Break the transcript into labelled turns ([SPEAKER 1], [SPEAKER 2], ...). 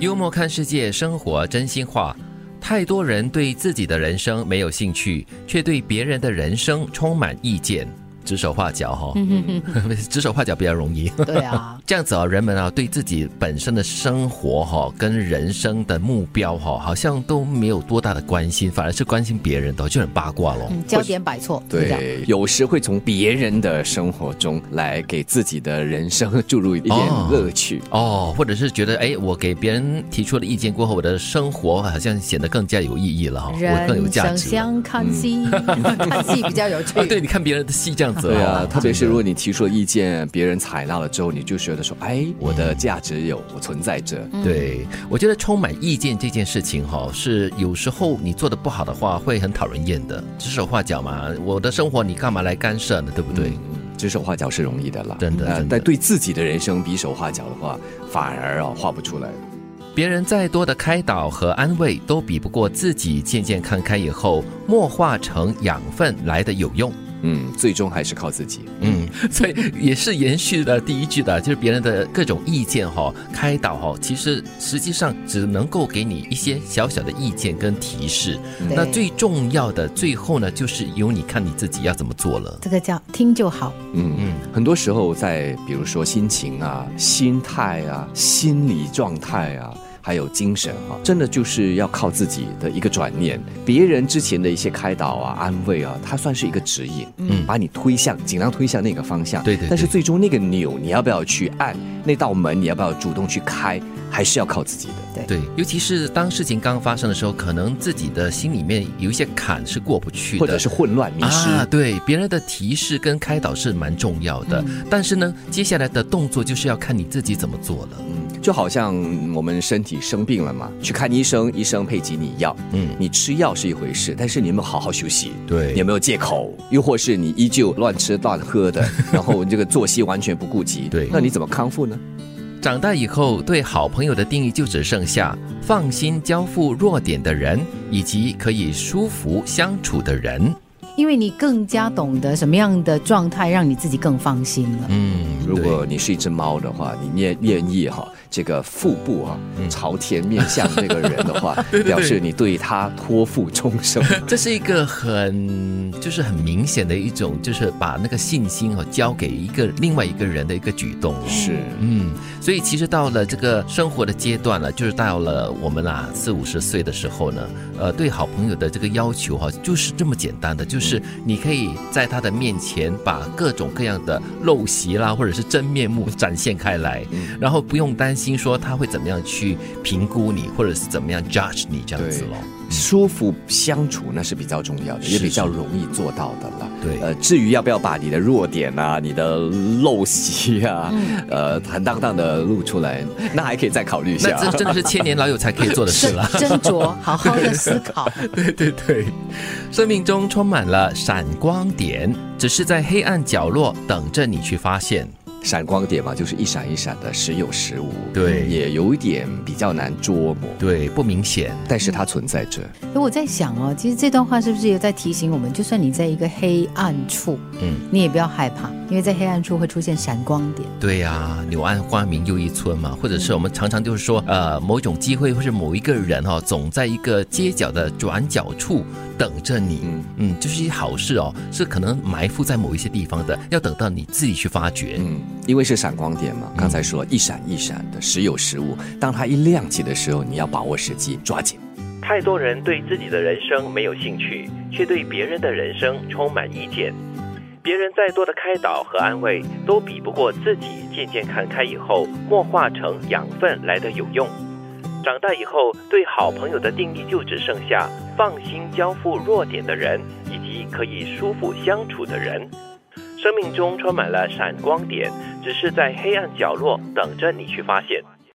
[SPEAKER 1] 幽默看世界，生活真心话。太多人对自己的人生没有兴趣，却对别人的人生充满意见，指手画脚哈、 指手画脚比较容易。
[SPEAKER 2] 嗯 对啊，
[SPEAKER 1] 这样子啊，人们啊，对自己本身的生活哈、跟人生的目标哈、好像都没有多大的关心，反而是关心别人的，就很八卦咯。
[SPEAKER 2] 嗯，焦点摆错，是这样。
[SPEAKER 3] 对，有时会从别人的生活中来给自己的人生注入一点
[SPEAKER 1] 哦
[SPEAKER 3] 乐趣。
[SPEAKER 1] 哦，或者是觉得哎，我给别人提出了意见过后，我的生活好像显得更加有意义了哈、我更有
[SPEAKER 2] 人
[SPEAKER 1] 价
[SPEAKER 2] 生
[SPEAKER 1] 值了。
[SPEAKER 2] 像看戏， 看戏比较有趣
[SPEAKER 1] 啊，。对，你看别人的戏这样子、哦，
[SPEAKER 3] 对啊，特别是
[SPEAKER 1] 真
[SPEAKER 3] 如
[SPEAKER 1] 的
[SPEAKER 3] 果你提出了意见，别人采纳了之后，你就觉得说，哎，我的价值有我存在着。
[SPEAKER 1] 对，我觉得充满意见这件事情哈、是有时候你做的不好的话，会很讨人厌的，指手画脚嘛。我的生活你干嘛来干涉呢？对不
[SPEAKER 3] 嗯
[SPEAKER 1] 对？
[SPEAKER 3] 指手画脚是容易的啦，
[SPEAKER 1] 真的
[SPEAKER 3] 呃
[SPEAKER 1] 真的
[SPEAKER 3] 但对自己的人生比手画脚的话，反而啊画不出来。
[SPEAKER 1] 别人再多的开导和安慰，都比不过自己渐渐看开以后，默化成养分来的有用。
[SPEAKER 3] 嗯，最终还是靠自己。
[SPEAKER 1] 嗯，所以也是延续了第一句的，就是别人的各种意见哈、开导哈、其实实际上只能够给你一些小小的意见跟提示。
[SPEAKER 2] 对
[SPEAKER 1] 那最重要的，最后呢，就是由你看你自己要怎么做了。
[SPEAKER 2] 这个叫听就好，
[SPEAKER 3] 嗯
[SPEAKER 1] 嗯
[SPEAKER 3] 嗯，很多时候在比如说心情啊、心态啊、心理状态啊。还有精神啊，真的就是要靠自己的一个转念，别人之前的一些开导啊、安慰啊，它算是一个指引，
[SPEAKER 1] 嗯
[SPEAKER 3] 把你推向，尽量推向那个方向。
[SPEAKER 1] 对对对
[SPEAKER 3] 但是最终那个钮，你要不要去按？那道门，你要不要主动去开？还是要靠自己的。
[SPEAKER 1] 对，尤其是当事情刚发生的时候，可能自己的心里面有一些坎是过不去的，
[SPEAKER 3] 或者是混乱迷失。
[SPEAKER 1] 啊，对，别人的提示跟开导是蛮重要的。
[SPEAKER 3] 嗯
[SPEAKER 1] 但是呢，接下来的动作就是要看你自己怎么做了。
[SPEAKER 3] 嗯，就好像我们身体生病了嘛，去看医生，医生配给你药，
[SPEAKER 1] 嗯
[SPEAKER 3] 你吃药是一回事，但是你有没有好好休息？
[SPEAKER 1] 对
[SPEAKER 3] 你有没有借口？又或是你依旧乱吃乱喝的，然后这个作息完全不顾 及，
[SPEAKER 1] 对
[SPEAKER 3] 那你怎么康复呢？
[SPEAKER 1] 长大以后，对好朋友的定义就只剩下放心交付弱点的人，以及可以舒服相处的人。
[SPEAKER 2] 因为你更加懂得什么样的状态让你自己更放心了。
[SPEAKER 1] 嗯，
[SPEAKER 3] 如
[SPEAKER 1] 对
[SPEAKER 3] 果你是一只猫的话，你愿愿意哈、这个腹部啊、朝天面向这个人的 话，表示你对他托付终生。
[SPEAKER 1] 这是一个很就是很明显的一种，就是把那个信心哦交给一个另外一个人的一个举动哦。
[SPEAKER 3] 是，
[SPEAKER 1] 嗯，所以其实到了这个生活的阶段了，就是到了我们啊四五十岁的时候呢，呃，对好朋友的这个要求哈、就是这么简单的，就是你可以在他的面前把各种各样的陋习啦，或者是真面目展现开来，然后不用担心说他会怎么样去评估你，或者是怎么样 judge 你这样子咯。
[SPEAKER 3] 舒服相处那是比较重要的，
[SPEAKER 1] 是
[SPEAKER 3] 也比较容易做到的了。
[SPEAKER 1] 对
[SPEAKER 3] 呃，至于要不要把你的弱点啊、你的陋习啊，
[SPEAKER 1] 嗯
[SPEAKER 3] 呃，坦荡荡的露出来，那还可以再考虑一
[SPEAKER 1] 那
[SPEAKER 3] 下。
[SPEAKER 1] 这真的是千年老友才可以做的事
[SPEAKER 2] 斟
[SPEAKER 1] 了。
[SPEAKER 2] 斟酌，好好的思 考。
[SPEAKER 1] 对对对，生命中充满了闪光点，只是在黑暗角落等着你去发现。
[SPEAKER 3] 闪光点嘛，就是一闪一闪的，时有时无。
[SPEAKER 1] 对
[SPEAKER 3] 也有一点比较难捉摸，
[SPEAKER 1] 对，不明显。
[SPEAKER 3] 但是它存在着。
[SPEAKER 2] 所以我在想哦，其实这段话是不是也在提醒我们，就算你在一个黑暗处，
[SPEAKER 1] 嗯
[SPEAKER 2] 嗯，你也不要害怕，因为在黑暗处会出现闪光点。
[SPEAKER 1] 对呀、柳暗花明又一村嘛，或者是我们常常就是说，呃，某种机会或是某一个人哦，总在一个街角的转角处等着你。嗯
[SPEAKER 3] 嗯
[SPEAKER 1] 就是一些好事哦，是可能埋伏在某一些地方的，要等到你自己去发掘。
[SPEAKER 3] 嗯，因为是闪光点嘛，刚才说了一闪一闪的，时有时无。当它一亮起的时候，你要把握时机，抓紧。
[SPEAKER 1] 太多人对自己的人生没有兴趣，却对别人的人生充满意见。别人再多的开导和安慰，都比不过自己渐渐看开以后，默化成养分来的有用。长大以后，对好朋友的定义就只剩下放心交付弱点的人，以及可以舒服相处的人。生命中充满了闪光点，只是在黑暗角落等着你去发现。